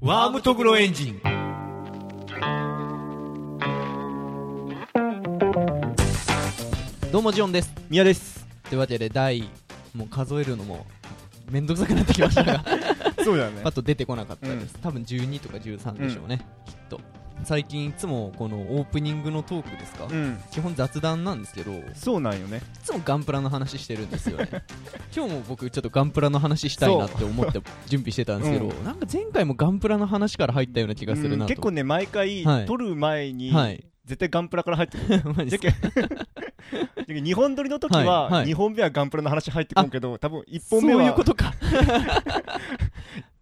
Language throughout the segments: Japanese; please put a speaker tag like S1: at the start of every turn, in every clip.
S1: ワームトグロエンジン。
S2: どうもジオンです
S1: 宮です。
S2: というわけで第もう数えるのもめんどくさくなってきました が
S1: そうだね
S2: パッ。と出てこなかったです、多分12とか13でしょうね、きっと最近いつもこのオープニングのトークですか、
S1: うん。
S2: 基本雑談なんですけどい
S1: そうなんよね。
S2: つもガンプラの話してるんですよね 今日も僕ちょっとガンプラの話したいなって思って準備してたんですけど、
S1: う
S2: なんか前回もガンプラの話から入ったような気がするな
S1: う
S2: んと、
S1: 結構ね、毎回
S2: はい、
S1: 撮る前に、
S2: はい
S1: 絶対ガンプラから入ってくる。
S2: マジ
S1: じ
S2: で
S1: ゃけんじゃけん、2本撮りの時
S2: はいは
S1: は、
S2: い
S1: 2本目はガンプラの話入ってこんけど、多分1本目
S2: そう
S1: は。
S2: いうことか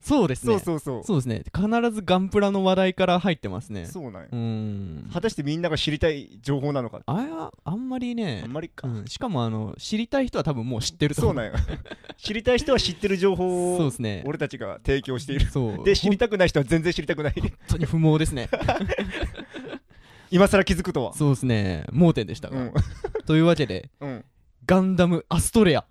S2: そうですね
S1: そうそうそう。
S2: そうですね必ずガンプラの話題から入ってますね
S1: そうなんよ
S2: うー。ん
S1: 果たしてみんなが知りたい情報なのか。
S2: あれはあんまりね
S1: あんまりか。
S2: うん、しかもあの知りたい人は多分もう知ってると
S1: そ
S2: 思
S1: う
S2: う
S1: なんよ。 知りたい人は知ってる情報
S2: そう
S1: を
S2: で、すね
S1: 俺たちが提供している。
S2: そう
S1: で、知りたくない人は全然知りたくない。
S2: 本当に不毛ですね
S1: 今更気づくとは。
S2: そうですね盲点でした
S1: う
S2: が、
S1: ん。
S2: というわけで
S1: うん。
S2: ガンダムアストレア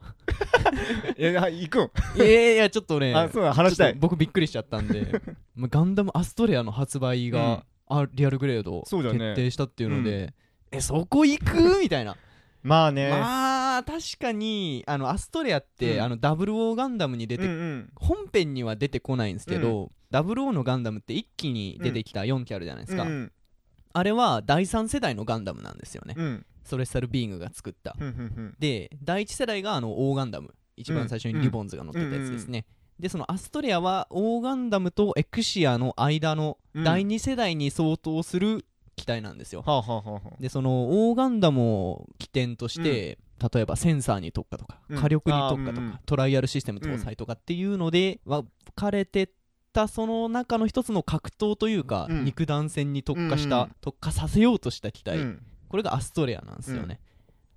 S1: いや、はい行くん。
S2: いやいやいやちょっとね
S1: あ、そうなん、話した
S2: ちょっと
S1: い。
S2: 僕びっくりしちゃったん でまあガンダムアストレアの発売が、あリアルグレードを
S1: そうだ
S2: 決
S1: ね
S2: 定したっていうのでえそこ行くみたい な
S1: まあね。
S2: まあ確かにあのアストレアって、
S1: うん
S2: あの00ガンダムに出て
S1: うんうん
S2: 本編には出てこないんですけど、00のガンダムって一気に出てきた4キャルじゃないですか、
S1: うん
S2: あれは第3世代のガンダムなんですよね、
S1: うん
S2: ソレッサルビーングが作った、
S1: うんうん
S2: で第1世代があのオーガンダム一番最初にリボンズが乗ってたやつですね、でそのアストレアはオーガンダムとエクシアの間の
S1: うん
S2: 第2世代に相当する機体なんですよ、
S1: はあはあはあはあ
S2: でそのオーガンダムを起点として、例えばセンサーに特化とか、
S1: うん
S2: 火力に特化とか、
S1: あーうんうん
S2: トライアルシステム搭載とかっていうので分かれてったその中の一つの格闘というか、
S1: うん
S2: 肉弾戦に特化した、
S1: うんうん
S2: 特化させようとした機体、
S1: うん
S2: これがアストレアなんですよね、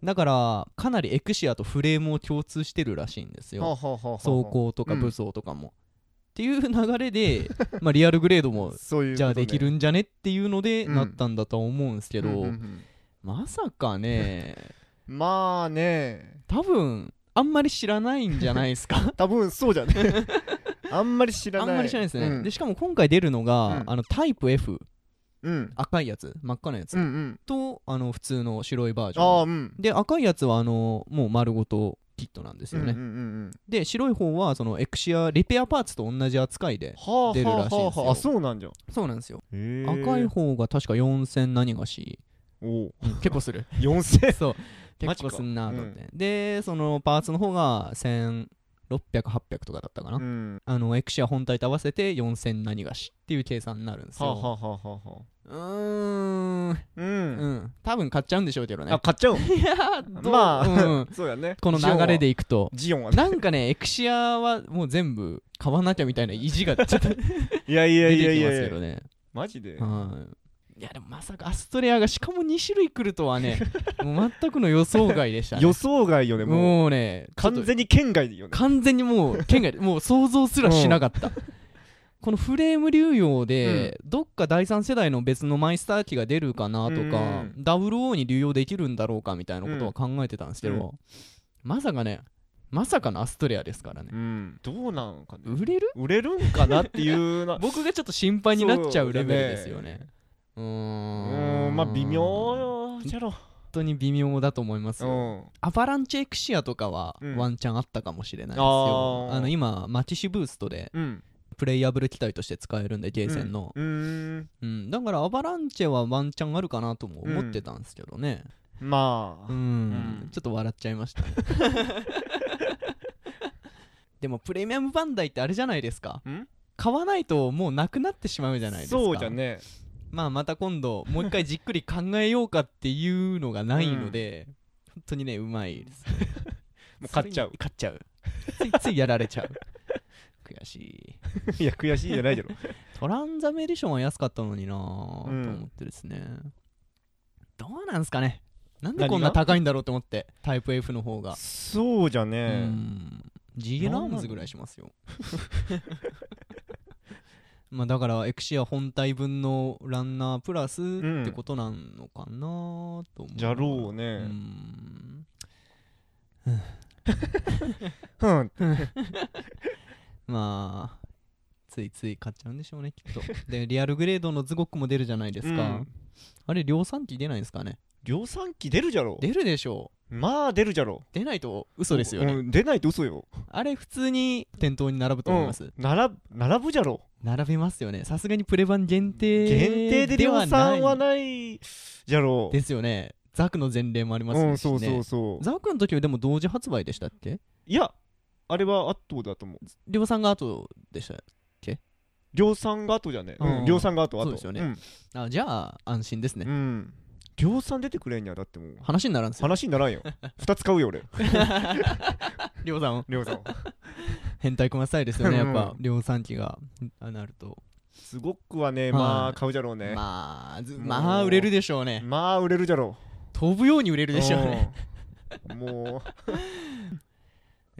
S2: だからかなりエクシアとフレームを共通してるらしいんですよ、
S1: はあはあはあはあ
S2: 装甲とか
S1: うん
S2: 武装とかも、っていう流れ でまあリアルグレードも
S1: そういうことね
S2: じゃあできるんじゃねっていうので
S1: うん
S2: なったんだとは思うんですけど、
S1: うんうんうん
S2: まさか ね
S1: まあね
S2: 多分あんまり知らないんじゃないですか
S1: 多分そう じゃねあんまり 知ら
S2: あ
S1: ない
S2: んまり知らないですね、
S1: うん
S2: でしかも今回出るのが、
S1: うん
S2: あのタイプ F
S1: うん
S2: 赤いやつ真っ赤なやつ、
S1: うんうん
S2: とあの普通の白いバージ
S1: ああ
S2: ョン
S1: うん
S2: で赤いやつはあのもう丸ごとキットなんですよね、
S1: うんうんうんうん
S2: で白い方はそのエクシアリペアパーツと同じ扱いで
S1: はあ
S2: 出るらしいんですよ
S1: はあはああそうなんじゃ
S2: そうなんですよ赤
S1: 赤
S2: い方が確か4000何がし
S1: おう
S2: 結構する
S1: 4000
S2: そう
S1: マ
S2: 結
S1: ジか
S2: 構すんなと思って、でそのパーツの方が1600800とかだったかな、
S1: うん
S2: あのエクシア本体と合わせて4000何がしっていう計算になるんです
S1: は
S2: よ、
S1: あはあはあはあはあ
S2: うーん
S1: う
S2: うんん多分買っちゃうんでしょうけどね
S1: あ買 っちゃう
S2: いやーどう
S1: ま
S2: うん
S1: あそうだね
S2: この流れでいくと
S1: ジオンはね
S2: なんかねエクシアはもう全部買わなきゃみたいな意地がちょっと出てき
S1: いやいや
S2: ます
S1: いやいや
S2: け
S1: いや
S2: どね
S1: マジで
S2: はいいやでもまさかアストレアがしかも2種類来るとは ねもう全くの予想外でしたね
S1: 予想外よねもう
S2: もうね
S1: 完
S2: ちょっと
S1: 全に県外よね
S2: 完全にもう県 外もう想像すらしなかった、このフレーム流用で、どっか第3世代の別のマイスター機が出るかなとか、
S1: う
S2: WO に流用できるんだろうかみたいなことは考えてたんですけど、
S1: う
S2: まさかねまさかのアストレアですからね
S1: うんどうなんかね
S2: 売れる
S1: 売れるんかなっていう な
S2: 僕がちょっと心配になっちゃうレベルですよねう
S1: う
S2: ー
S1: ーんまあ微妙よじゃろ
S2: 本当に微妙だと思います
S1: う
S2: よ
S1: ん
S2: アバランチエクシアとかは
S1: うん
S2: ワンチャンあったかもしれないです
S1: あ
S2: よ、
S1: ー
S2: あの今マティシブーストで
S1: うん
S2: プレイヤブル機体として使えるんでゲーセンの、
S1: うーん
S2: うんだからアバランチェはワンチャンあるかなとも思ってたんですけどね
S1: ま
S2: うん、
S1: あうん
S2: ちょっと笑っちゃいましたね でもプレミアムバンダイってあれじゃないですか
S1: ん
S2: 買わないともうなくなってしまうじゃないですか
S1: そうじゃね
S2: まあまた今度もう一回じっくり考えようかっていうのがないので、本当にねうまいですね
S1: もう買っちゃ
S2: それ
S1: う
S2: に買っちゃうついついやられちゃう 悔しい
S1: いや悔しいじゃないじゃろ
S2: トランザメディションは安かったのになぁと
S1: うん
S2: 思ってですね、どうなんすかねなんで
S1: 何が
S2: こんな高いんだろうと思ってタイプ F の方が、
S1: そうじゃ
S2: う
S1: ね
S2: ん GA ラームズぐらいし ますよまあだからエクシア本体分のランナープラスってことなのかなぁと思う
S1: じゃろう
S2: う
S1: ね
S2: ん
S1: うん
S2: まあついつい買っちゃうんでしょうねきっとでリアルグレードのズゴックも出るじゃないですか、
S1: うん
S2: あれ量産機出ないんですかね
S1: 量産機出るじゃろ
S2: 出るでしょう
S1: まあ出るじゃろ
S2: 出ないと嘘ですよね、
S1: うん出ないと嘘よ
S2: あれ普通に店頭に並ぶと思います、
S1: うん並ぶ並ぶじゃろ
S2: 並びますよねさすがにプレ版限定
S1: 限定で
S2: で
S1: 量
S2: はない
S1: 産はないじゃろう
S2: ですよねザクの前例もありますしね、
S1: うんそうそうそう
S2: ザクの時はでも同時発売でしたっけ
S1: いやあれは後だと思う
S2: 量産が後でした
S1: 量産が後じゃね
S2: う
S1: うんん量産が後後
S2: そうですよねあじゃあ安心ですね、
S1: うんうん量産出てくれんにはだってもう
S2: 話にならん ですよ
S1: 話になら んよ二つ買うよ俺
S2: 量産
S1: 量産
S2: 変態コマスタイル ですよねやっぱ、
S1: う
S2: 量産機があなると
S1: すごくはね
S2: は
S1: ま
S2: い
S1: あ買うじゃろうね
S2: まあず
S1: もう
S2: まあ売れるでしょうね
S1: まあ売れるじゃろ
S2: 飛ぶように売れ
S1: う
S2: るでしょうね
S1: うんも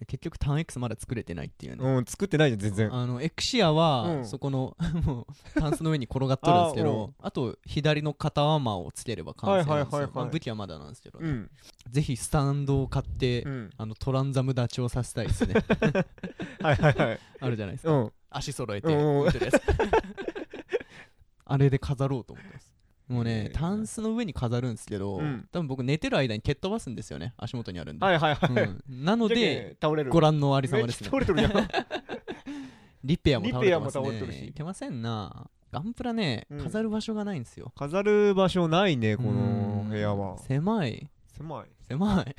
S2: 結局ターン X まだ作れてないっていう
S1: う
S2: ね
S1: うん作ってないじゃん全然
S2: あのエクシア
S1: う
S2: は
S1: ん
S2: そこの もうタンスの上に転がっとるんですけどあと左の片マをつければ完成なんです
S1: はいはい
S2: よ
S1: はいはい
S2: まあ武器はまだなんですけど
S1: う
S2: ね
S1: ん
S2: ぜひスタンドを買って
S1: うん
S2: あのトランザム立ちをさせたいです ね
S1: はいはいはい
S2: あるじゃないですか
S1: うん
S2: 足揃えて
S1: うんうん
S2: 置いてる やつあれで飾ろうと思ってますもう
S1: いい
S2: ね
S1: ね
S2: タンスの上に飾るんですけど、
S1: うん
S2: 多分僕寝てる間に蹴っ飛ばすんですよね足元にあるんで、
S1: はいはいはい
S2: うんなの
S1: じゃけ
S2: で
S1: ん倒れる
S2: ご覧のありさまです
S1: めっちゃ
S2: ね
S1: 倒れてる やん
S2: リペアも倒れてます
S1: リペアも倒れて
S2: ね
S1: るし
S2: いけませんなガンプラね
S1: うん
S2: 飾る場所がないんですよ、
S1: 飾る場所ないねこ
S2: う
S1: の
S2: ん
S1: 部屋は
S2: 狭い
S1: 狭い
S2: 狭い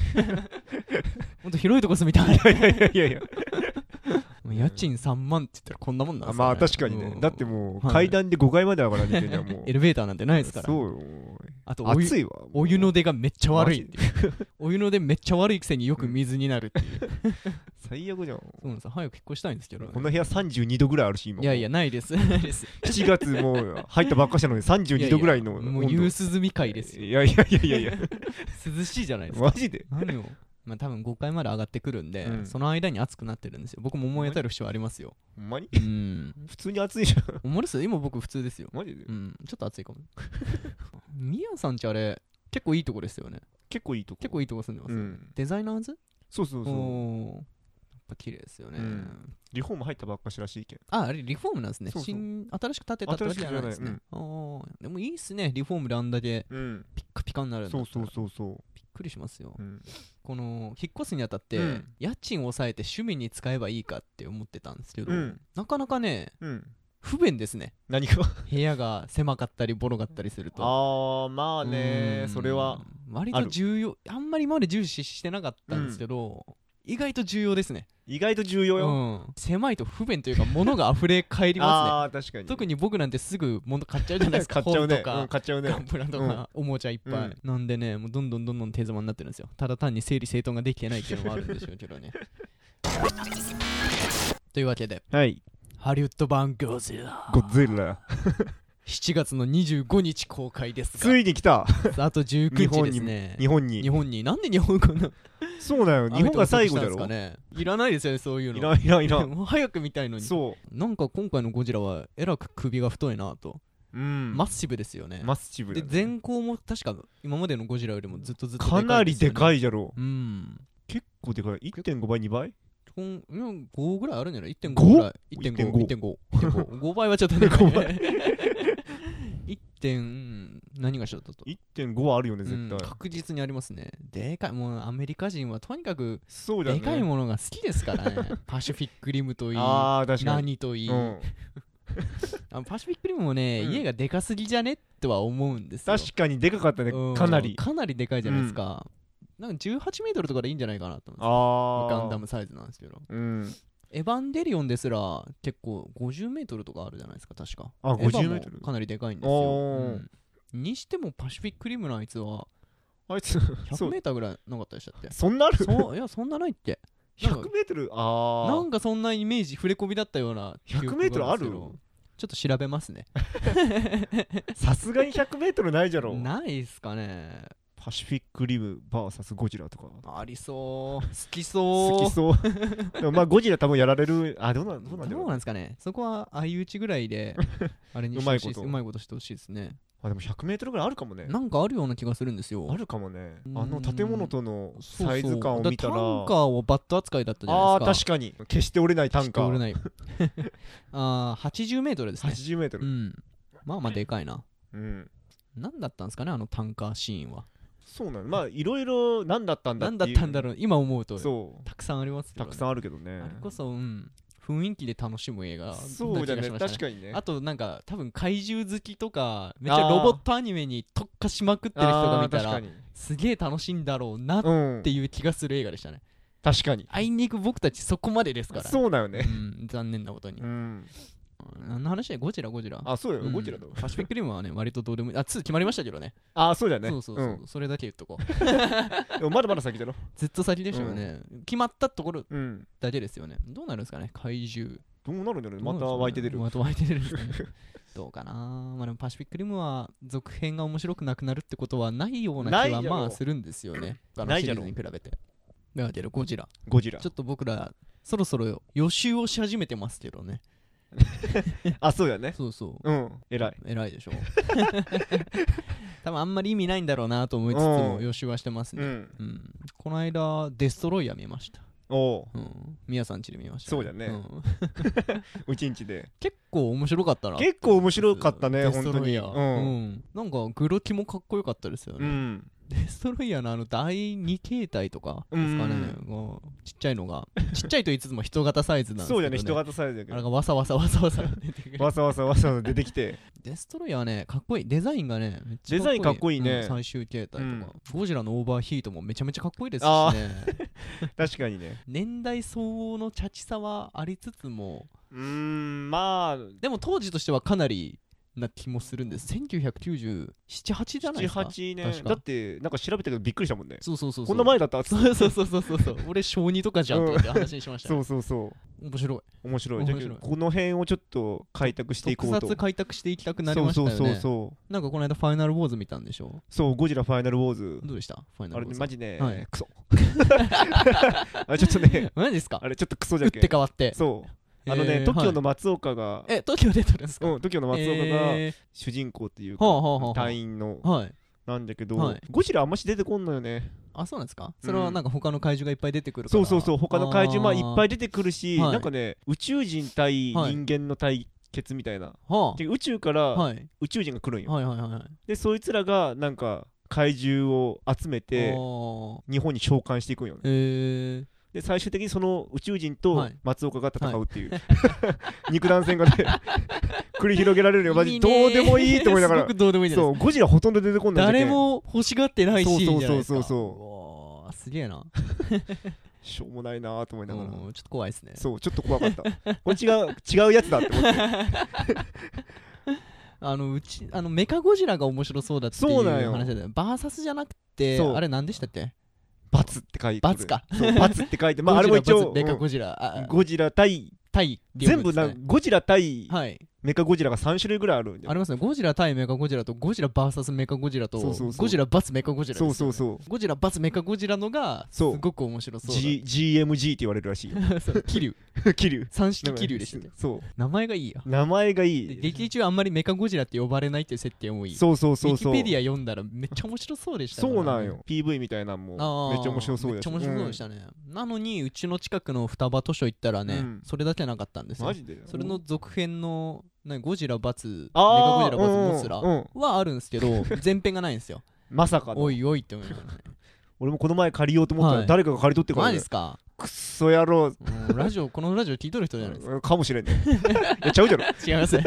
S2: もっと広いとこ住みた い
S1: いやいやいやいや
S2: もう家賃3万って言ったらこんなもんなん
S1: あ
S2: ですか、ね、
S1: まあ確かにねだってもう
S2: はい
S1: 階段で5階まで上がらなきゃいけない もう
S2: エレベーターなんてないですから
S1: そうよ
S2: あとお湯
S1: 暑いわ
S2: お湯
S1: めっ
S2: の出がめっちゃ悪いっていうお湯の出めっちゃ悪いくせによく水になるっていうそう
S1: 最悪じゃん
S2: なんですよ早く引っ越したいんですけどね
S1: この部屋32度ぐらいあるし今
S2: いやいやないですないです
S1: 7月もう入ったばっかしたのに
S2: いや
S1: 32
S2: いや
S1: 度ぐらいの
S2: もう
S1: 温
S2: 夕
S1: 度
S2: 涼み会ですよ
S1: いやいやいやいや いや
S2: 涼しいじゃないですか
S1: マジで
S2: 何をまあ多分5階まで上がってくるんで、
S1: うん
S2: その間に暑くなってるんですよ僕も思い当たる節はありますよ
S1: ほんまに
S2: うん
S1: 普通に暑いじゃん
S2: 思い出す今僕普通ですよ
S1: マジで
S2: うんちょっと暑いかも みやさんちあれ結構いいとこですよね
S1: 結構いいとこ
S2: 結構いいとこ住んでます、
S1: うん
S2: デザイナーズ
S1: そうそうそう
S2: おーやっぱ綺麗ですよね、
S1: うんリフォーム入ったばっかしらしいけん
S2: あ、あれリフォームなんですね。
S1: そうそう
S2: 新新しく建てたってわけじゃないですね
S1: 新し。
S2: あーでもいいっすね、リフォームであんだけ
S1: うん
S2: ピッカピカになるんだ
S1: そ
S2: っ
S1: う
S2: た
S1: そ
S2: ら
S1: うそうそ
S2: びっくりしますよ
S1: う。うん
S2: この引っ越すにあたって、
S1: うん
S2: 家賃を抑えて趣味に使えばいいかって思ってたんですけど、
S1: うん
S2: なかなかね、
S1: うん
S2: 不便ですね。
S1: 何 か
S2: 部屋が狭かったり、ボロかったりすると。
S1: ああまあね
S2: うん
S1: それは。
S2: 割
S1: あ
S2: と
S1: る
S2: 重要、あんまり今まで重視してなかったんですけど、意外と重要ですね。
S1: 意外と重要
S2: う
S1: よ
S2: ん、狭いと不便というか、物が溢れ返りますね。
S1: ああ確かに
S2: 特に僕なんてすぐ物買っちゃうじゃないですか
S1: 買っちゃう
S2: 本
S1: ね
S2: とか、
S1: うん買っちゃう
S2: ガ
S1: ね
S2: ンプラとか、おもちゃいっぱい、
S1: うん
S2: なんでねもうどんどんどんどん手狭になってるんですよただ単に整理整頓ができてないっていうのもあるんでしょうけ どねというわけで
S1: はい
S2: ハリウッド版ゴジラ
S1: ゴジ ラ
S2: 7月の25日公開です
S1: つ
S2: が
S1: いに来た
S2: あと19日ですね
S1: 日本に
S2: 日本になんで日本こんな
S1: そうだよ日本が最後だろ
S2: 雨と遅くしたんですかねいらないですよねそういう
S1: い
S2: の
S1: らんいらんいらん
S2: もう早く見たいのに
S1: そ
S2: なんか今回のゴジラはえらく首が太いなと、
S1: ううん
S2: マッシブですよね
S1: マッシブだ
S2: で
S1: ね
S2: 全高も確か今までのゴジラよりもずっとずっと
S1: かなりで
S2: い
S1: かいじゃろ
S2: すよねうん
S1: 結構でかい1.5倍2倍
S2: こんうん5ぐらいあるんじゃない
S1: 5
S2: ?1.5 ぐらい
S1: 1.5
S2: 1.5倍はちょっとでかい1点うん何がしょったと
S1: 1.5はあるよね絶
S2: うん
S1: 対
S2: 確実にありますねでかいもうアメリカ人はとにかく
S1: そうだよ
S2: で
S1: ね
S2: かいものが好きですから ねパシフィックリムといい
S1: ああ確かに
S2: 何といい、
S1: うん
S2: あのパシフィックリムもね、
S1: うん
S2: 家がでかすぎじゃねとは思うんですよ
S1: 確かにでかかったね
S2: うん
S1: かなり
S2: かなりでかいじゃないですか、なんか18メートルとかでいいんじゃないかなと思
S1: あ
S2: うんです
S1: あ
S2: ガンダムサイズなんですけど
S1: うん
S2: エヴァンゲリオンですら結構50メートルとかあるじゃないですか確かエ
S1: あ
S2: ヴァも
S1: 50m
S2: かなりでかいんですよ、
S1: おー
S2: うんにしてもパシフィックリムのあいつは
S1: あいつそ
S2: 100
S1: う
S2: メーターぐらいなかったでしたっけ
S1: そんなある
S2: そういやそんなないってなんか
S1: 100m ああ
S2: なんかそんなイメージ触れ込みだったような記憶がんですけど
S1: 100m ある
S2: ちょっと調べますね
S1: さすがに 100m ないじゃろ
S2: ないっすかね
S1: パシフィックリム VS ゴジラとか
S2: ありそう好きそう
S1: 好きそうでもまあゴジラ多分やられるあどうなんどうなんだ
S2: ど
S1: ろ
S2: う
S1: う
S2: なんですかねそこは相打ちぐらいであれにしてほしいです
S1: う
S2: うま
S1: ま
S2: いことしてほしいですね
S1: あでも 100m ぐらいあるかもね
S2: なんかあるような気がするんですよ
S1: あるかもね
S2: うん
S1: あの建物との
S2: そうそう
S1: サイズ感を見たら
S2: だからタンカーをバット扱いだったじゃな
S1: あ
S2: い
S1: あ
S2: です
S1: 確
S2: か
S1: かに決して折れない単
S2: ちょっと
S1: 価
S2: 俺ない ああ80メートルですねう
S1: 80m
S2: んまあまあでかいな
S1: うん
S2: 何だったんですかねあのタンカーシーンは
S1: そうなのまあいろいろ何だったんだ
S2: 何だったんだ
S1: ろ
S2: ろう今思うと
S1: そう
S2: たくさんありますよ
S1: た
S2: ね
S1: くさんあるけどね
S2: あれこそうん雰囲気で楽しむ映画
S1: そうじゃね確かにね
S2: あとなんか多分怪獣好きとかめっち
S1: あ
S2: ゃ
S1: ー
S2: ロボットアニメに特化しまくってる人が見た
S1: あー確からに
S2: すげえ楽しいんだろうなっ
S1: うん
S2: ていう気がする映画でしたね
S1: 確かに
S2: あいにく僕たちそこまでですから
S1: そうだよ
S2: う
S1: ね
S2: ん残念なことに
S1: うん
S2: 何の話だよゴジラゴジラ
S1: あそうよ
S2: うん
S1: ゴジラだ
S2: パシフィックリムはね割とどうでもいいあ2決まりましたけどね
S1: あそうだよね
S2: そうそうそうんそれだけ言っとこう
S1: でもまだまだ先だろ
S2: ずっと先でしたよね決まったところ
S1: うん
S2: だけですよねどうなるんですかね怪獣
S1: どうなるんだろうね
S2: どう
S1: ま
S2: なんで
S1: た
S2: すかね
S1: 湧いて出る
S2: また湧いて出るんですかねどうかなまあでもパシフィックリムは続編が面白くなくなるってことはないような
S1: な
S2: 気
S1: いや
S2: は
S1: ろ
S2: まあするんですよね他の
S1: ない
S2: シリ
S1: や
S2: ー
S1: ろ
S2: ズに比べてだけどゴジラ
S1: ゴジラ
S2: ちょっと僕らそろそろ予習をし始めてますけどね
S1: あそうだよね
S2: そうそう
S1: うん偉い
S2: 偉いでしょ 多分あんまり意味ないんだろうなと思いつつも
S1: うん
S2: 予習はしてます
S1: う
S2: ね
S1: ん
S2: うん、この間デストロイヤー見ました
S1: おお
S2: うん宮さん家で見ました
S1: そうだね
S2: ん
S1: ううちんちで
S2: 結構面白かったな
S1: 結構面白かったね
S2: デス
S1: 本
S2: ト
S1: 当
S2: ロイ
S1: に
S2: ヤー、
S1: うん
S2: うんなんかグロキもかっこよかったですよ
S1: う
S2: ね、
S1: ん
S2: デストロイヤーのあの第2形態とかですかね、こうちっちゃいのがちっちゃいと言いつつも人型サイズなんですけ
S1: そ
S2: ど、
S1: う
S2: ね、
S1: だね人型サイズだけ
S2: あれ
S1: ど
S2: がわさわさわさわさ出てくる
S1: わさわさわさわさ出てきて
S2: デストロイヤーはねかっこいいデザインがねめっちゃ
S1: デザインかっこいいね
S2: うん最終形態とか、ゴジラのオーバーヒートもめちゃめちゃかっこいいですし
S1: あ
S2: ね
S1: 確かにね
S2: 年代相応のチャチさはありつつも
S1: うーんまあ
S2: でも当時としてはかなりな気もするんです1997、8じゃないですか
S1: 78ね
S2: 確か
S1: だってなんか調べたけどびっくりしたもんね
S2: そうそうそうそう
S1: こんな前だったっつっ
S2: そうそうそうそうそうそう 俺小2とかじゃんとかって話にしました
S1: そ
S2: ね
S1: うそうそ
S2: 面白いう
S1: 面白いじゃあ
S2: 面白い
S1: この辺をちょっと開拓していこ
S2: 特
S1: うと
S2: 撮開拓していきたくなり
S1: そ
S2: ま
S1: う
S2: した
S1: そ
S2: よ
S1: う
S2: ね
S1: そうそう
S2: なんかこの間ファイナルウォーズ見たんでしょ
S1: そうゴジラファイナルウォーズ
S2: どうでしたファイナ
S1: あ
S2: ルウォー
S1: れね
S2: ズ
S1: マジね
S2: はい
S1: クソ あれちょっと ね
S2: マジですか
S1: あれちょっとクソじ
S2: 打っ
S1: ゃんけ
S2: て変わって
S1: そうあのね
S2: えー
S1: TOKIO の
S2: は
S1: 松岡が
S2: いえ東京出てるんですか
S1: うん TOKIO の松岡が
S2: え
S1: 主人公っていう
S2: ーはあはあはあはあ
S1: 隊員の
S2: はい
S1: なんだけど、
S2: はい
S1: ゴジラあんまし出てこんのよね
S2: あそうなんですかそれはなんか他の怪獣がいっぱい出てくるから
S1: そうそうそう他の怪獣まあいっぱ
S2: い
S1: い出てくるし、
S2: はい
S1: なんかね宇宙人対
S2: はい
S1: 人間の対決みたいな、
S2: は
S1: で宇宙か
S2: あ
S1: ら
S2: はい
S1: 宇宙人が来るんよ、
S2: はいはいはいはい
S1: でそいつらがなんか怪獣を集め
S2: あ
S1: て
S2: ー
S1: 日本に召喚していくんよね
S2: え
S1: で最終的にその宇宙人と
S2: はい
S1: 松岡が戦うっていう、 肉 弾戦がね繰り広げられるよマジ
S2: いい
S1: ど
S2: ね
S1: うでもいいと思いなが
S2: す
S1: ら
S2: ごくどうでもいいです
S1: そうゴジラほとんど出てこんない
S2: 誰も欲しがってないシーンじゃないですか
S1: そうそうそうそう
S2: うわーすげえな
S1: しょうもないなーと思いながら、
S2: うんちょっと怖いですね
S1: そうちょっと怖かったこれ違う違うやつだって思って
S2: あのうちあのメカゴジラが面白そうだっていう
S1: そうなんよ
S2: 話だよねバーサスじゃなくて
S1: そう
S2: あれ何でしたっけ
S1: バツって書いて
S2: バツか
S1: そうバツって書い てまああれも
S2: ゴジ
S1: 一
S2: ラ
S1: 応
S2: バツメカ
S1: うん
S2: ゴジラ、ああ
S1: ゴジラ対
S2: 対って読
S1: 全
S2: むんで
S1: 部
S2: すね
S1: なゴジラ対
S2: はい
S1: メカゴジラが3種類ぐらいあるん
S2: あ
S1: だよ
S2: りますねゴジラ対メカゴジラとゴジラ VS メカゴジラと
S1: そうそうそう
S2: ゴジラ VS メカゴジラです
S1: そ
S2: よ
S1: う
S2: ね
S1: そうそう
S2: ゴジラ VS メカゴジラのがす
S1: そう
S2: ごく面白そうだ
S1: G GMG って言われるらしいよ
S2: そう桐生
S1: キリュウ
S2: 三色桐生でしたっけ
S1: そう
S2: 名前がいいや
S1: 名前がい
S2: で
S1: い
S2: 劇中あんまりメカゴジラって呼ばれないっていう設定もいい
S1: そうそうそうそ
S2: ウ
S1: う
S2: ィキペディア読んだらめっちゃ面白そうでしたからね
S1: そうなんよ PV みたいなん
S2: あ
S1: も
S2: ー
S1: めっちゃ面白そう
S2: めっち
S1: だし
S2: ゃ面白そうでしたね、なのにうちの近くの双葉図書行ったらね、
S1: うん
S2: それだけなかったんです
S1: うん
S2: よ
S1: マジで
S2: それの続編のねゴジラ VS メカ
S1: あ
S2: ゴ
S1: あ
S2: ジラ VS モスラ
S1: うんうん
S2: はあるんですけど 前編がないんですよ
S1: まさかの
S2: おいおいって思いながらね
S1: 俺もこの前借りようと思った
S2: は
S1: ら
S2: い
S1: 誰かが借り取ってか
S2: マ
S1: ら
S2: ジ
S1: ね
S2: ですか
S1: クソ野郎
S2: うんラジオこのラジオ聞いとる人じゃないですか
S1: かもしれ んねいやちゃうじゃろ
S2: 違いますね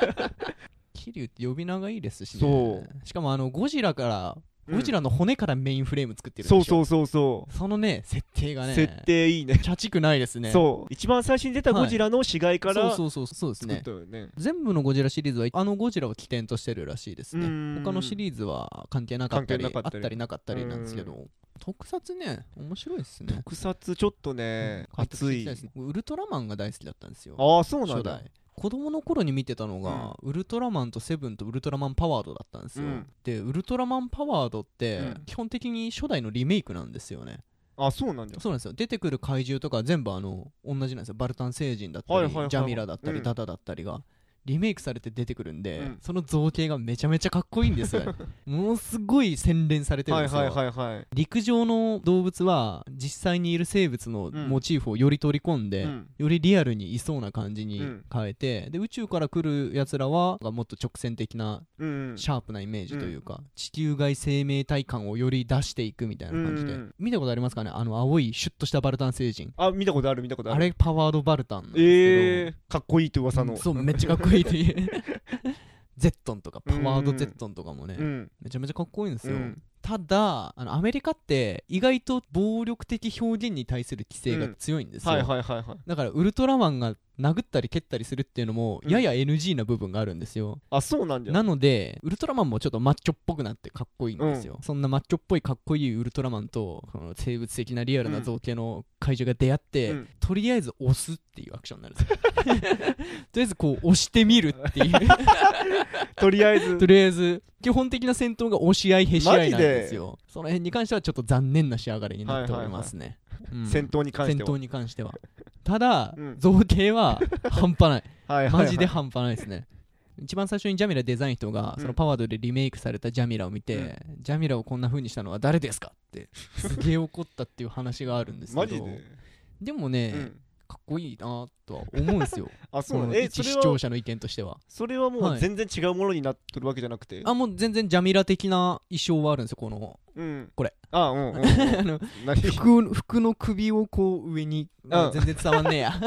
S2: 桐生って呼び名がいいですしね
S1: そ
S2: しかもあのゴジラから
S1: うん
S2: ゴジラの骨からメインフレーム作ってるんでしょ、
S1: そうそうそうそう
S2: そのね設定がね
S1: 設定いいね
S2: チャチくないですね
S1: そう一番最初に出たゴジラの死骸から
S2: そうそうそうそうです
S1: 作
S2: ね
S1: ったよね
S2: 全部のゴジラシリーズはあのゴジラを起点としてるらしいです
S1: う
S2: ね
S1: ん
S2: 他のシリーズは関係なかったり
S1: 関係な
S2: あ
S1: か
S2: っ
S1: ったり
S2: たりなかったりなんですけど特撮ね面白いですね
S1: 特撮ちょっとね
S2: うん
S1: 熱
S2: 監督してき
S1: い
S2: たですねウルトラマンが大好きだったんですよ
S1: ああそうなん
S2: 初
S1: だ
S2: 代子供の頃に見てたのが、ウルトラマンとセブンとウルトラマンパワードだったんですよ、
S1: うん
S2: でウルトラマンパワードって、
S1: うん
S2: 基本的に初代のリメイクなんですよね
S1: あそうなんだ
S2: そうなんですよ出てくる怪獣とか全部あの同じなんですよバルタン星人だったり、
S1: はいはいはいはい
S2: ジャミラだったり、
S1: うん
S2: ダダだったりがリメイクされて出てくるんで、
S1: うん
S2: その造形がめちゃめちゃかっこいいん ですよものすごい洗練されてるん
S1: は
S2: で
S1: い
S2: すよ、
S1: はいはいはい
S2: 陸上の動物は実際にいる生物のモチーフをより取り込んで、
S1: うん
S2: よりリアルにいそうな感じに
S1: うん
S2: 変えて、で宇宙から来るやつらはもっと直線的な
S1: うんうん
S2: シャープなイメージというか、地球外生命体感をより出していくみたいな感じで、
S1: うんうん
S2: 見たことありますかねあの青いシュッとしたバルタン星人
S1: あ見たことある見たことあ
S2: あ
S1: る
S2: れパワードバルタンなんですけど、
S1: えー、かっこいいと噂の
S2: そうめっちゃかっこいいっていう ゼットンとかパワードゼットンとかもね、
S1: うん
S2: めちゃめちゃかっこいいんです
S1: う
S2: よ、
S1: ん
S2: ただあのアメリカって意外と暴力的表現に対する規制が強いんですよ、
S1: はいはいはいはい
S2: だからウルトラマンが殴ったり蹴ったりするっていうのもやや NG な部分があるんですよ、
S1: あそうなんじゃ
S2: なのでウルトラマンもちょっとマッチョっぽくなってかっこいいんですよ、そんなマッチョっぽいかっこいいウルトラマンとその生物的なリアルな造形の怪獣が出会って、
S1: うん
S2: とりあえず押すっていうアクションになるんですよ とりあえずこう押してみるっていう
S1: とりあえず
S2: とりあえず基本的な戦闘が押し合いへし合いなんですよその辺に関してはちょっと残念な仕上がりになっておりますね、うん
S1: 戦闘に関しては
S2: 戦闘に関してはただ、
S1: うん
S2: 造形 は半端ない
S1: はいはいはい
S2: マジで半端ないですね一番最初にジャミラデザイン人が
S1: うん
S2: そのパワードでリメイクされたジャミラを見て、ジャミラをこんな風にしたのは誰ですかってすげえ怒ったっていう話があるんですけど
S1: マジで
S2: でもね、
S1: うん
S2: かっこいいなとは思うん ですよ
S1: あそ
S2: そう
S1: なん
S2: の
S1: だえ
S2: 一
S1: それ
S2: 視
S1: は
S2: 聴者の意見としては
S1: それはも
S2: は
S1: う
S2: い
S1: 全然違うものになっとるわけじゃなくて
S2: あもう全然ジャミラ的な衣装はあるんですよこ の
S1: うん
S2: これ
S1: あうんうんう ん
S2: あの
S1: 何
S2: 服の服の首をこう上に、まあ
S1: うん
S2: 全然伝わんねえや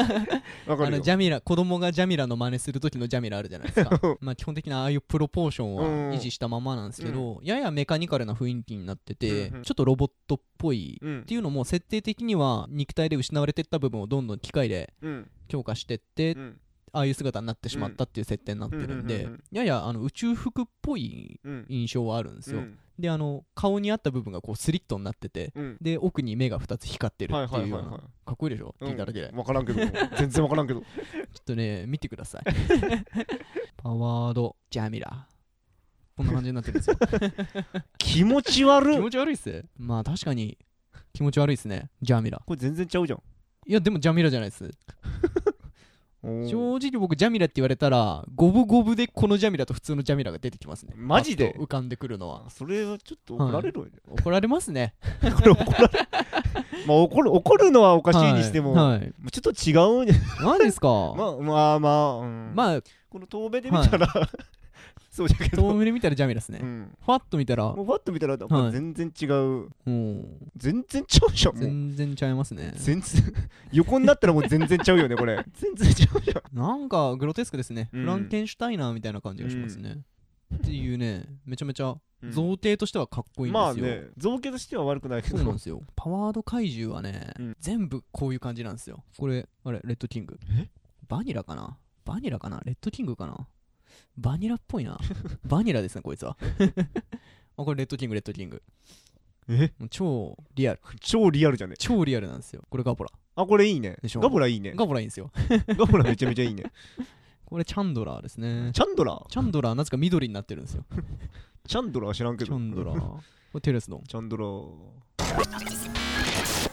S1: わか
S2: あ
S1: る
S2: の
S1: よ
S2: ジャミラ子供がジャミラの真似する時のジャミラあるじゃないですかまあ基本的なああいうプロポーションは
S1: うん
S2: 維持したままなんですけど、ややメカニカルな雰囲気になってて、
S1: うんうん
S2: ちょっとロボットっぽい、
S1: うん
S2: っていうのも設定的には肉体で失われてった部分をどんどん機械で
S1: うん
S2: 強化してって、
S1: うん
S2: ああいう姿になってしまったっていう設定になってるんで、
S1: うんうんうんうん
S2: ややあの宇宙服っぽい
S1: うん
S2: 印象はあるんですよ、
S1: うん
S2: であの顔にあった部分がこうスリットになってて
S1: うん
S2: で奥に目が2つ光ってる
S1: はい
S2: って
S1: はい
S2: い
S1: は
S2: う
S1: い
S2: よう
S1: は
S2: ないかっこいいでしょ、
S1: うん
S2: 聞いただけでちょ
S1: わからんけど全然わからんけど
S2: っとね見てくだ さいパワードジャミラこんな感じになってるんですよ
S1: 気持ち
S2: 気
S1: 悪っ
S2: 持ち悪いっすまあ確かに気持ち悪いっすねジャミラ
S1: これ全然ちゃうじゃん
S2: いやでもジャミラじゃないっす
S1: おー
S2: 正直僕ジャミラって言われたら五分五分でこのジャミラと普通のジャミラが出てきますね
S1: マジで
S2: パッと浮かんでくるのは
S1: あそれはちょっと怒られるわよ
S2: 怒られますね
S1: これ怒らまあ怒る怒るのはおかしいにしても、
S2: はいはい
S1: もうちょっと違うんじゃ
S2: 何ですか
S1: まあまあまあ、うん
S2: まあ
S1: この遠目で見たら、 そうじゃけど、
S2: 遠目で見たらジャミラっすね
S1: うん、
S2: ファッと見たら
S1: もうパッと見たら、もう
S2: はい
S1: 全然違う
S2: うん
S1: 全然ちゃうじゃんもう
S2: 全然ちゃいますね
S1: 全然横になったらもう全然ちゃうよねこれ 全然ちゃうじゃん
S2: なんかグロテスクですね、
S1: うん
S2: フランケンシュタイナーみたいな感じがしますね、っていうねめちゃめちゃ
S1: うん
S2: 造形としてはかっこいいんですよ、
S1: まあね造形としては悪くないけ
S2: そうなん
S1: ど
S2: ですよパワード怪獣はね、
S1: うん
S2: 全部こういう感じなんですよこれあれレッドキングバニラかなバニラかなレッドキングかなバニラっぽいなバニラですねこいつ はあこれレッドキングレッドキング
S1: え
S2: もう超リアル
S1: 超リアルじゃね
S2: 超リアルなんですよこれガボラ
S1: あこれいいね
S2: でしょ
S1: ガブラいいね
S2: ガボラいいんですよ
S1: ガブラめちゃめちゃいいね
S2: これチャンドラーですね
S1: チャンドラー
S2: チャンドラーなぜか緑になってるんですよ
S1: チャンドラー知らんけ
S2: チ
S1: ど
S2: ャンドラーこれテレスドン
S1: チャンドラー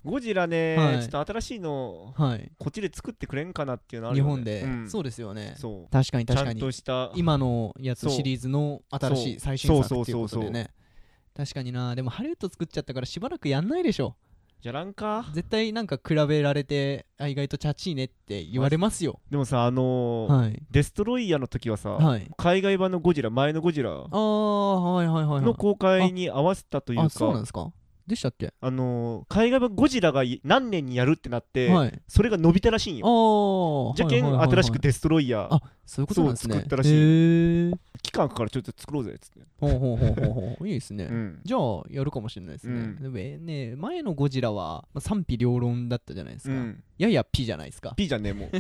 S1: ゴジラね、
S2: はい
S1: ちょっと新しいの
S2: はい
S1: こっちで作ってくれんかなっていうのある
S2: 日
S1: よ、ね、
S2: 本で、
S1: うん
S2: そうですよね
S1: そう
S2: 確かに確か
S1: ちゃん
S2: に
S1: とした
S2: 今のやつ
S1: そう
S2: シリーズの新し
S1: そ
S2: いう最新作
S1: そう
S2: っていう
S1: そう
S2: こと
S1: そう
S2: でね確かになでもハリウッド作っちゃったからしばらくやんないでしょ
S1: じゃらんか
S2: 絶対なんか比べられてあ意外とチャチいねって言われますよ
S1: でもさあのー
S2: はい
S1: デストロイヤーの時はさ、
S2: はい
S1: 海外版のゴジラ前のゴジラ
S2: ああはいはいはいは
S1: の
S2: い
S1: 公開に合わせたというか
S2: あそうなんですかでしたっけ
S1: あのー海外版ゴジラがい何年にやるってなって、
S2: はい
S1: それが伸びたらしいん
S2: あ
S1: よ
S2: あ
S1: じゃけん、新しくデストロイヤー
S2: あそういうことなんですね
S1: そう作ったらしい
S2: へえ
S1: 期間かからちょっと作ろうぜっつって、
S2: ほうほうほうほうほういいですね
S1: うん
S2: じゃあやるかもしれないですね、
S1: うん
S2: でもえーね前のゴジラは、まあ、賛否両論だったじゃないです
S1: う
S2: か、
S1: ん、
S2: ややピじゃないですか
S1: P じゃねえもう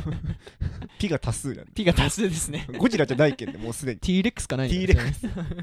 S1: P が多数だね
S2: ピが多数ですね
S1: ゴジラじゃないけんねもうすでに
S2: T レックスかないのか
S1: T レック
S2: 知らないです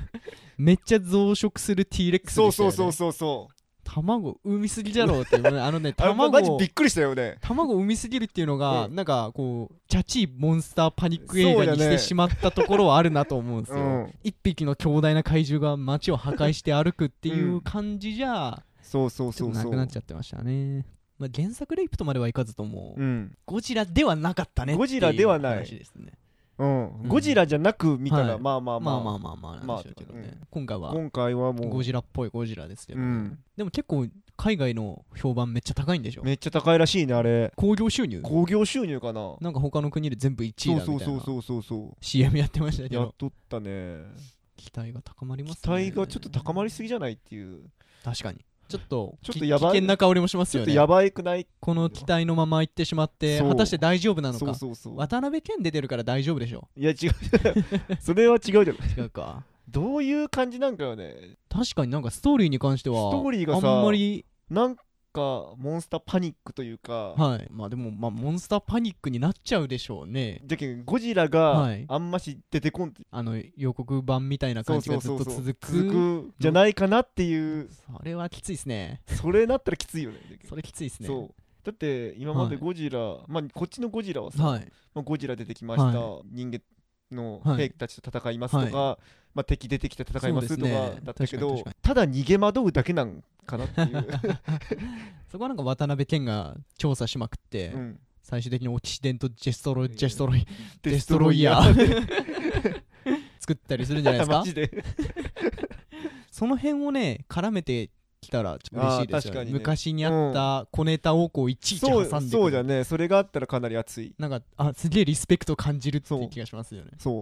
S2: めっちゃ増殖する T レックスでしたよ、
S1: そう
S2: ね、
S1: そうそうそうそう
S2: 卵産みすぎじゃろうっていうねあのね
S1: あれマジ
S2: 卵を
S1: びっくりしたよね
S2: 卵産みすぎるっていうのが、
S1: うん
S2: なんかこうチャチいモンスターパニック映画にし
S1: そうだ
S2: て
S1: ね
S2: しまったところはあるなと思うんですよ、
S1: うん
S2: 一匹の強大な怪獣が街を破壊して歩くっていううん感じじゃ、
S1: そうそう
S2: ちょ
S1: そ
S2: っ
S1: う
S2: とな
S1: そう
S2: くなっちゃってましたね、まあ、原作レイプとまではいかずとも、
S1: うん
S2: ゴジラではなかったね
S1: ゴジラではな
S2: って
S1: い
S2: う話ですね
S1: うん
S2: ん
S1: ゴジラじゃなく見た
S2: は
S1: ら、
S2: い
S1: まあまあま
S2: ま
S1: あ
S2: あまあまあまあなんでしょうけどね、
S1: まあ
S2: 今回は
S1: 今回はも
S2: ゴ
S1: う
S2: ジラっぽいゴジラですけど、
S1: うん
S2: でも結構海外の評判めっちゃ高いんでしょ
S1: めっちゃ高いらしいねあれ
S2: 興行収入
S1: 興行収入かな
S2: なんか他の国で全部1
S1: そ
S2: 位
S1: う
S2: だみたい
S1: そう
S2: な
S1: そうそうそうそう
S2: CM やってましたけ
S1: やっ
S2: ど
S1: とったね
S2: 期待が高まります
S1: 期
S2: ね
S1: 待がちょっと高まりすぎじゃないっていう
S2: 確かにちょっと
S1: ちょっと
S2: き
S1: やばい
S2: 危険な香りもします
S1: ちょ
S2: よ
S1: っと
S2: ね
S1: やばいくない
S2: この期待のまま行ってしまって
S1: そう
S2: 果たして大丈夫なのか
S1: そうそうそう
S2: 渡辺謙出てるから大丈夫で しょ
S1: いや違うそれは違うじゃん
S2: 違うか
S1: どういう感じなんかよね
S2: 確かになんかストーリーに関しては
S1: ストーリーがさ
S2: あんまり
S1: なんかモンスターパニックというか、
S2: はいまあでもまあモンスターパニックになっちゃうでしょうね
S1: じゃけんゴジラ
S2: は
S1: が
S2: い
S1: あんまし出てこんって、
S2: あの予告版みたいな感じがずっと続く
S1: 続くじゃないかなっていう
S2: それはきついですね
S1: それなったらきついよねじゃけん
S2: それきついですね
S1: そうだって今ま
S2: は
S1: で
S2: い
S1: ゴジラ、まあこっちのゴジラはさ、
S2: はい
S1: まあ、ゴジラ出てきました、
S2: は
S1: 人間の
S2: はい
S1: 兵器たちと戦いますとか、まあ、敵出てきて戦います
S2: そう
S1: と
S2: で
S1: か
S2: すね
S1: だったけど、
S2: 確かに確か
S1: ただ逃げ惑うだけなんかなっていう、
S2: そこはなんか渡辺謙が調査しまくって、
S1: うん、
S2: 最終的にオキシデントジェストロ
S1: いや
S2: ジェストロイ
S1: デ
S2: デ
S1: ス
S2: ス
S1: ト
S2: ト
S1: ロ
S2: ロ
S1: イ
S2: イ
S1: ヤ
S2: ヤ
S1: ー
S2: ー作ったりするんじゃないです
S1: マ
S2: か
S1: ジで
S2: その辺をね絡めてきたらちょっと嬉しいですよ
S1: あー確か
S2: ね
S1: にね
S2: 昔にあった小ネタをこういちいち挟
S1: そ
S2: んで
S1: う
S2: くる
S1: そうじゃねそれがあったらかなり熱い
S2: なんかあすげえリスペクト感じるって
S1: そ
S2: いうう気がしますよね
S1: そう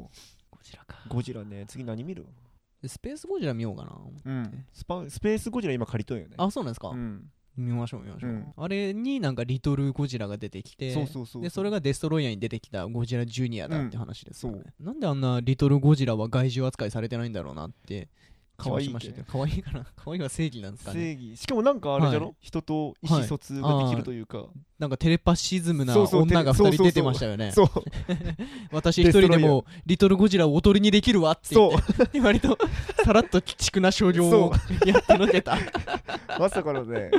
S2: ゴジラか
S1: ゴジラね次何見る
S2: スペースゴジラ見ようかな
S1: うんスパスペースゴジラ今借りとんよね
S2: あそうなんですか、
S1: うん
S2: 見ましょう見ましょう、
S1: うん
S2: あれになんかリトルゴジラが出てきて
S1: そうそうそう
S2: でそれがデストロイヤーに出てきたゴジラジュニアだって話ですからね
S1: うん
S2: なんであんなリトルゴジラは害獣扱いされてないんだろうなって気もしましたけど可愛い から可愛いは正義なんですかね
S1: 正義しかもなんかあれじゃろ、
S2: は
S1: 人と意思疎通ができるというか、
S2: なんかテレパシズムな
S1: そうそう
S2: 女が
S1: テレ
S2: 2人出てましたよね
S1: そう
S2: 私一人で
S1: デストロイヤ
S2: もリトルゴジラをおとりにできるわって言って割とさらっと鬼畜な商業をやっての けた
S1: まさかのね、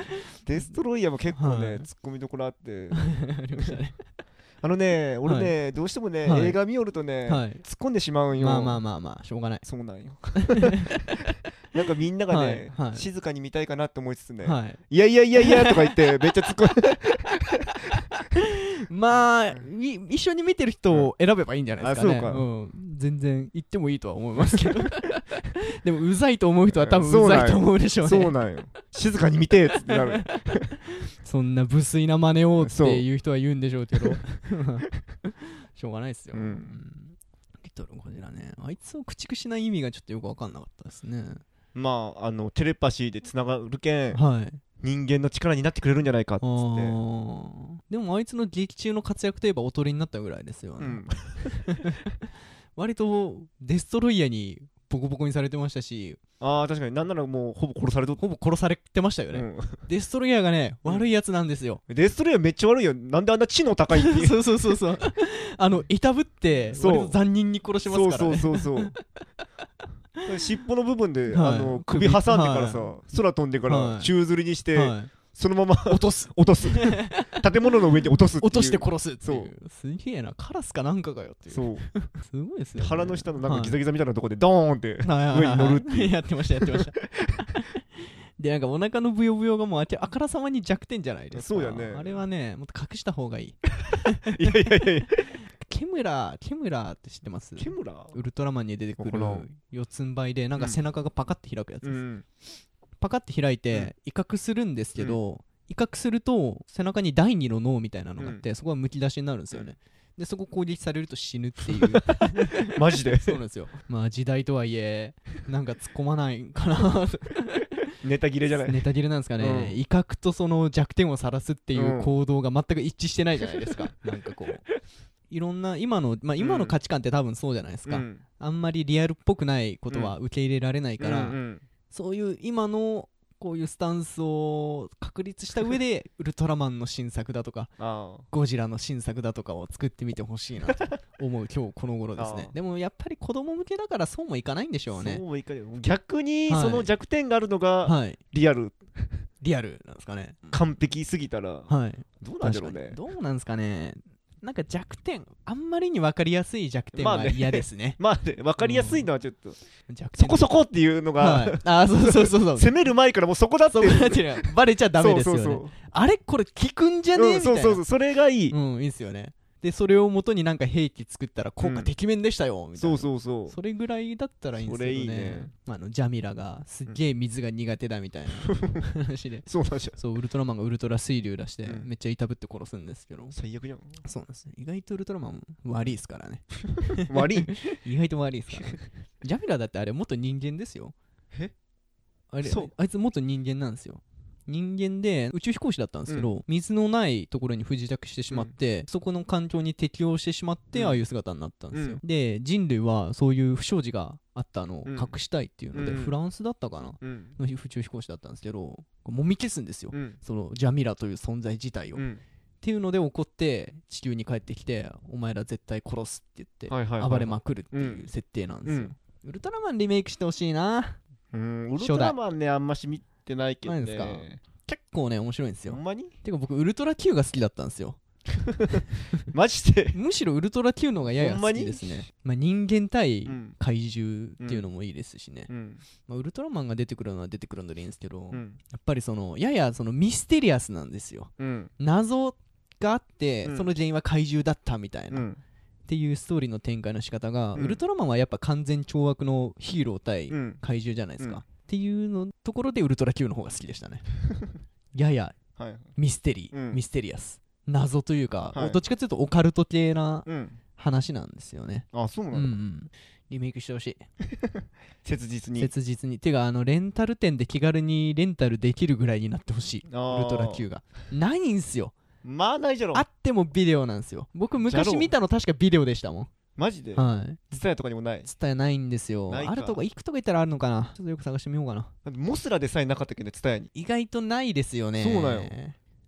S1: デストロイヤーも結構ね、
S2: はい
S1: 突っ込みどころあって、
S2: ありましたね
S1: あのね、俺ね、どうしてもね、
S2: はい
S1: 映画見よるとね、
S2: はい
S1: 突っ込んでしまうんよ。
S2: まあまあまあまあしょうがない
S1: そうな んよ。なんかみんながね、
S2: はいはい
S1: 静かに見たいかなって思いつつね、
S2: はい
S1: い、やいやいやいやとか言って、めっちゃ突っ 込んで、
S2: まあ、い一緒に見てる人を選べばいいんじゃないですかね。
S1: あそうか
S2: ん、全然言ってもいいとは思いますけ ど。でも、うざいと思う人は多
S1: そ
S2: 分
S1: う
S2: う
S1: なんよ
S2: ざいと思うでしょう
S1: そ
S2: ね
S1: う。なんよ。静かに見てっつってなる。
S2: そんな無粋な真似をっていう人は言うんでしょうけど。 しょうがないですよ。
S1: うん
S2: んリトルゴジラね。あいつを駆逐しない意味がちょっとよく分かんなかったですね。
S1: まあ、あの、テレパシーでつながるけん、
S2: はい。
S1: 人間の力になってくれるんじゃないかっつ
S2: あ
S1: って。
S2: ーでも、あいつの劇中の活躍といえばおとりになったぐらいですよね。
S1: うん、
S2: 割と、デストロイヤーにボコボコにされてましたし、
S1: ああ確かになんならもうほぼ殺されとった、
S2: ほぼ殺されてましたよね。
S1: う
S2: デストロイヤーがね、
S1: うん
S2: 悪いやつなんですよ。
S1: ん、デストロイヤーめっちゃ悪いよなんであんな 知能高いっていう
S2: そうそうそうそう。 あの、いたぶって、
S1: そう
S2: 割と残忍に殺しますからね。
S1: そうそうそうそう尻尾の部分で、
S2: はい
S1: あの首挟んでからさ、
S2: は
S1: 空飛んでから
S2: はい
S1: 宙吊りにして、
S2: はい
S1: そのまま
S2: 落とす。
S1: 落とす建物の上に落とすっていう
S2: 落として殺すっていう。すげえな、カラスかなんかかよっていう。
S1: そう
S2: すごいですよ、ね。
S1: 腹の下のなんかギザ
S2: ギ
S1: ギザみたいなとこでドーンって、
S2: 上
S1: 上に乗るっていう
S2: やってました、やってました。で、なんかお腹のブヨブヨがもうあけあからさまに弱点じゃないですか。
S1: そうやね
S2: あれはね、もっと隠した方が いい。
S1: い、やいやい やいや
S2: ケムラ、ケムラって知ってます
S1: ケムラ
S2: ウルトラマンに出てく
S1: わか
S2: る
S1: らん
S2: 四つん這いで、なんか背中がパカって開くやつ
S1: う
S2: です。
S1: ん
S2: パカって開いて威嚇するんですけど、威嚇すると背中に第二の脳みたいなのがあって、そこがむき出しになるんですよね、でそこ攻撃されると死ぬっていう
S1: マジで
S2: そうなんですよまあ時代とはいえなんか突っ込まないかな
S1: ネタ切れじゃない、
S2: ネタ切れなんですかね、
S1: うん
S2: 威嚇とその弱点を晒すっていうんう行動が全く一致してないじゃない ですかなんかこういろんな今の、まあ、今の価値観って多分そうじゃないです
S1: う
S2: か、
S1: ん
S2: あんまりリアルっぽくないことは受け入れられないから、
S1: うんうん
S2: そういう今のこういうスタンスを確立した上でウルトラマンの新作だとか
S1: あ
S2: ゴジラの新作だとかを作ってみてほしいなと思 う今日この頃です
S1: あ
S2: ね
S1: あ
S2: でもやっぱり子供向けだからそうもいかないんでし
S1: あ
S2: ょうね
S1: そういかない逆に
S2: はい
S1: その弱点があるのが
S2: はい
S1: リアル、
S2: リアルなんですかね
S1: 完璧すぎたら
S2: はい
S1: どうなんだ
S2: 確
S1: ろ
S2: か
S1: うね
S2: にどうなんですかねなんか弱点あんまりに分かりやすい弱点
S1: まあ
S2: は
S1: ね
S2: 嫌です ね
S1: まあね分かりやすいのはちょっと、
S2: 弱点
S1: そこそこっていうのが、
S2: はいああそうそうそうそう
S1: 攻める前からもうそこだって
S2: そこなんていうのバレちゃダメですよね
S1: そうそう
S2: あれこれ効くんじゃ
S1: そう
S2: ねえみ
S1: うん
S2: たい
S1: そう
S2: な
S1: そうそうそれがいい、
S2: うん、いいっすよね。でそれを元になんか兵器作ったら効果てきめんでしたよ、みたい
S1: そ
S2: な
S1: うそうそう
S2: それぐらいだったらいいんですけどね
S1: それいいね
S2: あのジャミラがすっげえ水が苦手だみたいな話で
S1: そうなんじゃ
S2: そうウルトラマンがウルトラ水流出して、
S1: うん
S2: めっちゃいたぶって殺すんですけど
S1: 最悪じゃん
S2: そうなんですね意外とウルトラマン悪いですからね
S1: 悪い
S2: 意外と悪いですからね ジャミラだってあれ元人間ですよ
S1: え
S2: あれ
S1: そう
S2: あいつ元人間なんですよ人間で宇宙飛行士だったんですけど、水のないところに不時着してしまって、そこの環境に適応してしまって、
S1: うん
S2: ああいう姿になったんですよ、
S1: う
S2: で人類はそういう不祥事があったのを
S1: うん
S2: 隠したいっていうので、
S1: うん
S2: フランスだったかな
S1: うん
S2: の宇宙飛行士だったんですけどもみ消すんですよ、
S1: うん
S2: そのジャミラという存在自体を、
S1: う
S2: っ
S1: ん
S2: ていうので怒って地球に帰ってきてお前ら絶対殺すって言って
S1: はいはいはい
S2: 暴れまくるっていう設定なんですよ、ウルトラマンリメイクしてほしいな
S1: うんウル
S2: 初代
S1: トラマンねあんまし見てないけど
S2: ないです
S1: ね
S2: 結構ね面白いんです
S1: ほ
S2: よ
S1: んまに
S2: てか僕ウルトラ Q が好きだったんですよ
S1: マジで
S2: むしろウルトラ Q の方がやや
S1: ほんま
S2: 好
S1: に
S2: きですねまあ、人間対
S1: うん
S2: 怪獣っていうのもいいですしね、
S1: うん
S2: まあ、ウルトラマンが出てくるのは出てくるのでいいんですけど、
S1: う
S2: や
S1: ん
S2: っぱりそのややそのミステリアスなんですよ
S1: うん
S2: 謎があって、
S1: うん
S2: その原因は怪獣だったみたいな、
S1: うん
S2: っていうストーリーの展開の仕方が、
S1: うん
S2: ウルトラマンはやっぱ完全懲悪のヒーロー対
S1: うん
S2: 怪獣じゃないですか、
S1: うん
S2: っていうのところでウルトラ Q の方が好きで したねやや
S1: はい
S2: ミステリー、
S1: うん
S2: ミステリアス謎というか、
S1: はい
S2: どっちかというとオカルト系な
S1: うん
S2: 話なんですよね、
S1: あそう
S2: う
S1: なんん
S2: う
S1: だ、
S2: ん、リメイクしてほし
S1: 切実
S2: い
S1: に
S2: 切実にてかあのレンタル店で気軽にレンタルできるぐらいになってほしい
S1: ウ
S2: ウルトラ Q がないんすよ
S1: まあないじゃろ
S2: あってもビデオなんですよ僕
S1: じゃ
S2: 昔
S1: ろう
S2: 見たの確かビデオでしたも
S1: マジで
S2: んはい
S1: 実際とかにもない
S2: ツタヤないんですよ
S1: ないか
S2: あるとこ行くとこ行ったらあるのかなちょっとよく探してみようかな
S1: だってモスラでさえなかったっけどね蔦屋に
S2: 意外とないですよね
S1: そうなんよ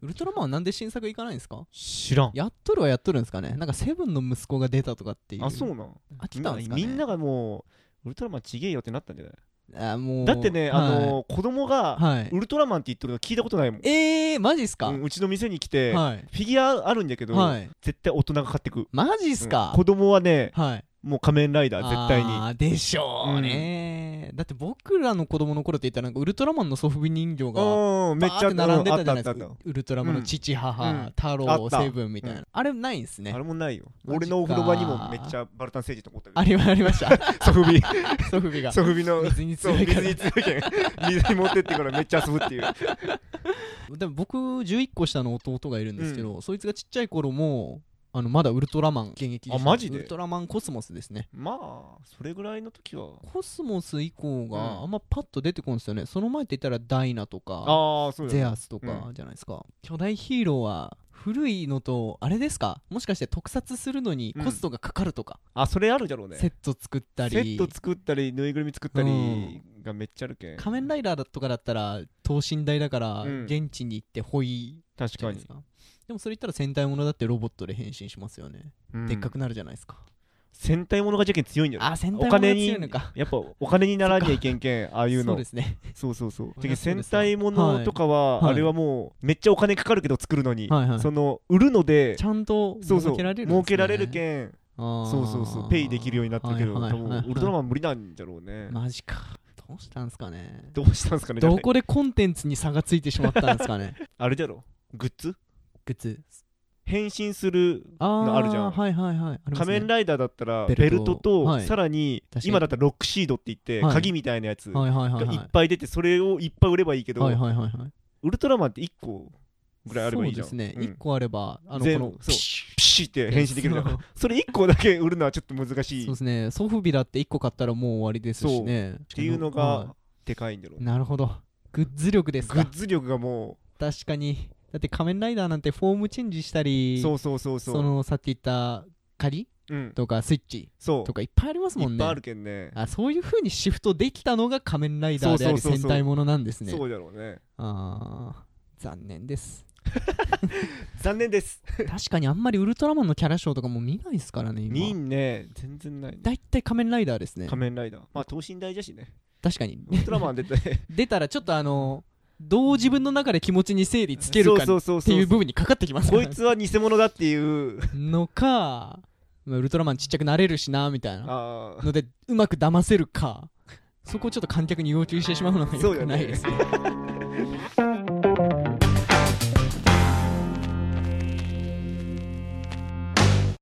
S2: ウルトラマンはなんで新作行かないんですか
S1: 知らん
S2: やっとるはやっとるんですかねなんかセブンの息子が出たとかっていう
S1: あそうなん
S2: 飽きたんですかね
S1: みんながもうウルトラマンちげえよってなったんじゃない
S2: あもう
S1: だってね、あの子供が、
S2: はい、はい
S1: ウルトラマンって言ってるの聞いたことないもん、
S2: えー、マジっすか、
S1: うんうちの店に来て、
S2: はい
S1: フィギュアあるんだけど、
S2: はい
S1: 絶対大人が買ってく
S2: マジっすか
S1: うん、子供はね
S2: はい
S1: もう仮面ライダー絶対に
S2: あーでしょうね、だって僕らの子供の頃って言ったらなんかウルトラマンのソフビ人形が
S1: うんめっち
S2: バー
S1: ゃ
S2: って並んでたじゃないで
S1: うんあ
S2: す
S1: ったあっ
S2: かウルトラマンの父母、
S1: うん
S2: 太
S1: あ
S2: 郎
S1: った
S2: セブンみたいな、
S1: う
S2: あれないんですね
S1: たあれもないよ
S2: マジか
S1: 俺のお風呂場にもめっちゃバルタン星人と思ったけ
S2: あ
S1: ど
S2: れはありました
S1: ソフビ
S2: ソフビが
S1: ソフビの
S2: 水に
S1: そ
S2: 強
S1: う
S2: いか
S1: 水
S2: ら
S1: に強いけん 水に持ってってからめっちゃ遊ぶっていう
S2: でも僕11個下の弟がいるんですけど、そいつがちっちゃい頃もあのまだウルトラマン現役した
S1: あマジで
S2: ウルトラマンコスモスですね
S1: まあそれぐらいの時は
S2: コスモス以降
S1: う
S2: が
S1: ん
S2: あんまパッと出てこんですよねその前って言ったらダイナとか
S1: ああそうだ
S2: ゼ
S1: よ
S2: アスとかじゃないですか、巨大ヒーローは古いのとあれですかもしかして特撮するのにコストがかかるとか、
S1: あそれあるじゃろうね
S2: セット作ったり
S1: セット作ったりぬいぐるみ作ったりがめっちゃあるけん
S2: 仮面ライダーだとかだったら等身大だから
S1: うん
S2: 現地に行ってホイ
S1: 確
S2: じゃな
S1: か
S2: いで
S1: に
S2: すか、でもそれ言ったら戦隊ものだってロボットで変身しますよね、
S1: うん
S2: でっかくなるじゃないですか
S1: 戦隊ものがじゃけん強いんじゃない
S2: あ戦隊もの
S1: お
S2: が強
S1: 金に
S2: いのか
S1: やっぱお金に ならにゃいけんけんああい
S2: そう
S1: うの
S2: ですね
S1: そうそうそう
S2: りゃ
S1: じ
S2: そ
S1: ゃけん
S2: うで
S1: 戦
S2: すわ
S1: 隊ものとかは、
S2: はい
S1: あれはもうめっちゃお金かかるけど作るのに、
S2: はいはい
S1: その売るので
S2: ちゃんと
S1: そう
S2: 儲
S1: そう
S2: けられるんですね
S1: 儲けられるけん
S2: あー
S1: そうそうそうペイできるようになってるけど、
S2: はいはいはいはい
S1: 多分ウルトラマン無理なんじゃろうね、
S2: マジかどうしたんすかね
S1: どうしたんすかね
S2: どこでコンテンツに差がついてしまったんですか ね
S1: あれじゃろグッズ
S2: グッズ
S1: 変身する
S2: あー
S1: あるじゃん
S2: はいはいはいありますね
S1: 仮面ライダーだったら
S2: ベル
S1: ベ
S2: ト
S1: ルトと、
S2: はい
S1: さらに
S2: 確かに
S1: 今だったらロックシードって言って、
S2: はい
S1: 鍵みたいなやつが
S2: はいはいはいいはい
S1: っぱい出てそれをいっぱい売ればいいけど、
S2: はいはいはいはい
S1: ウルトラマンって1個ぐらいあればいいじゃん
S2: そうですね、
S1: うん
S2: 一個あればあの
S1: 全
S2: こ
S1: 部
S2: の
S1: そう
S2: ピシ
S1: ピシって
S2: ッ
S1: 変身できるじゃん
S2: そう
S1: それ1個だけ売るのはちょっと難しい
S2: そう
S1: っ
S2: ですね、ソフビだって1個買ったらもう終わりですしね。って
S1: いうのがでかいんだろうね
S2: なるほど。グッズ力です
S1: グ
S2: か
S1: ッ。ズ力がも
S2: 確かに。だって仮面ライダーなんてフォームチェンジした
S1: う
S2: り、
S1: そうそうそうそう
S2: そのさっき言った鍵
S1: うん
S2: とかスイッチ
S1: そう
S2: とかいっぱいありますも
S1: い
S2: ん
S1: っ
S2: ね。
S1: ぱいあるけんね
S2: あそういう風にシフトできたのが仮面ライダーであり
S1: そうそうそう
S2: 戦
S1: そう
S2: 隊ものなんですね。
S1: そうだろうね
S2: あー残念です。
S1: 残念です
S2: 確かにあんまりウルトラマンのキャラショーとかも見ないですからね、
S1: 2
S2: 今。
S1: ンね全然ないね
S2: だいたい仮面ライダーですね。
S1: 仮面ライダーまあ等身大じゃ しね
S2: 確かに。
S1: ウルトラマン出て
S2: 出たらちょっとあの、どう自分の中で気持ちに整理つけるか
S1: そうそう
S2: って
S1: そう
S2: い
S1: そうう
S2: 部分にかかってきますか
S1: こ
S2: ら
S1: い
S2: ね
S1: つは偽物だっていう
S2: のかまあウルトラマンちっちゃくなれるしなみたいな
S1: あー
S2: のでうまく騙せるかそこをちょっと観客に要求してしまうのがよ
S1: そうだ
S2: く
S1: ね
S2: ないですね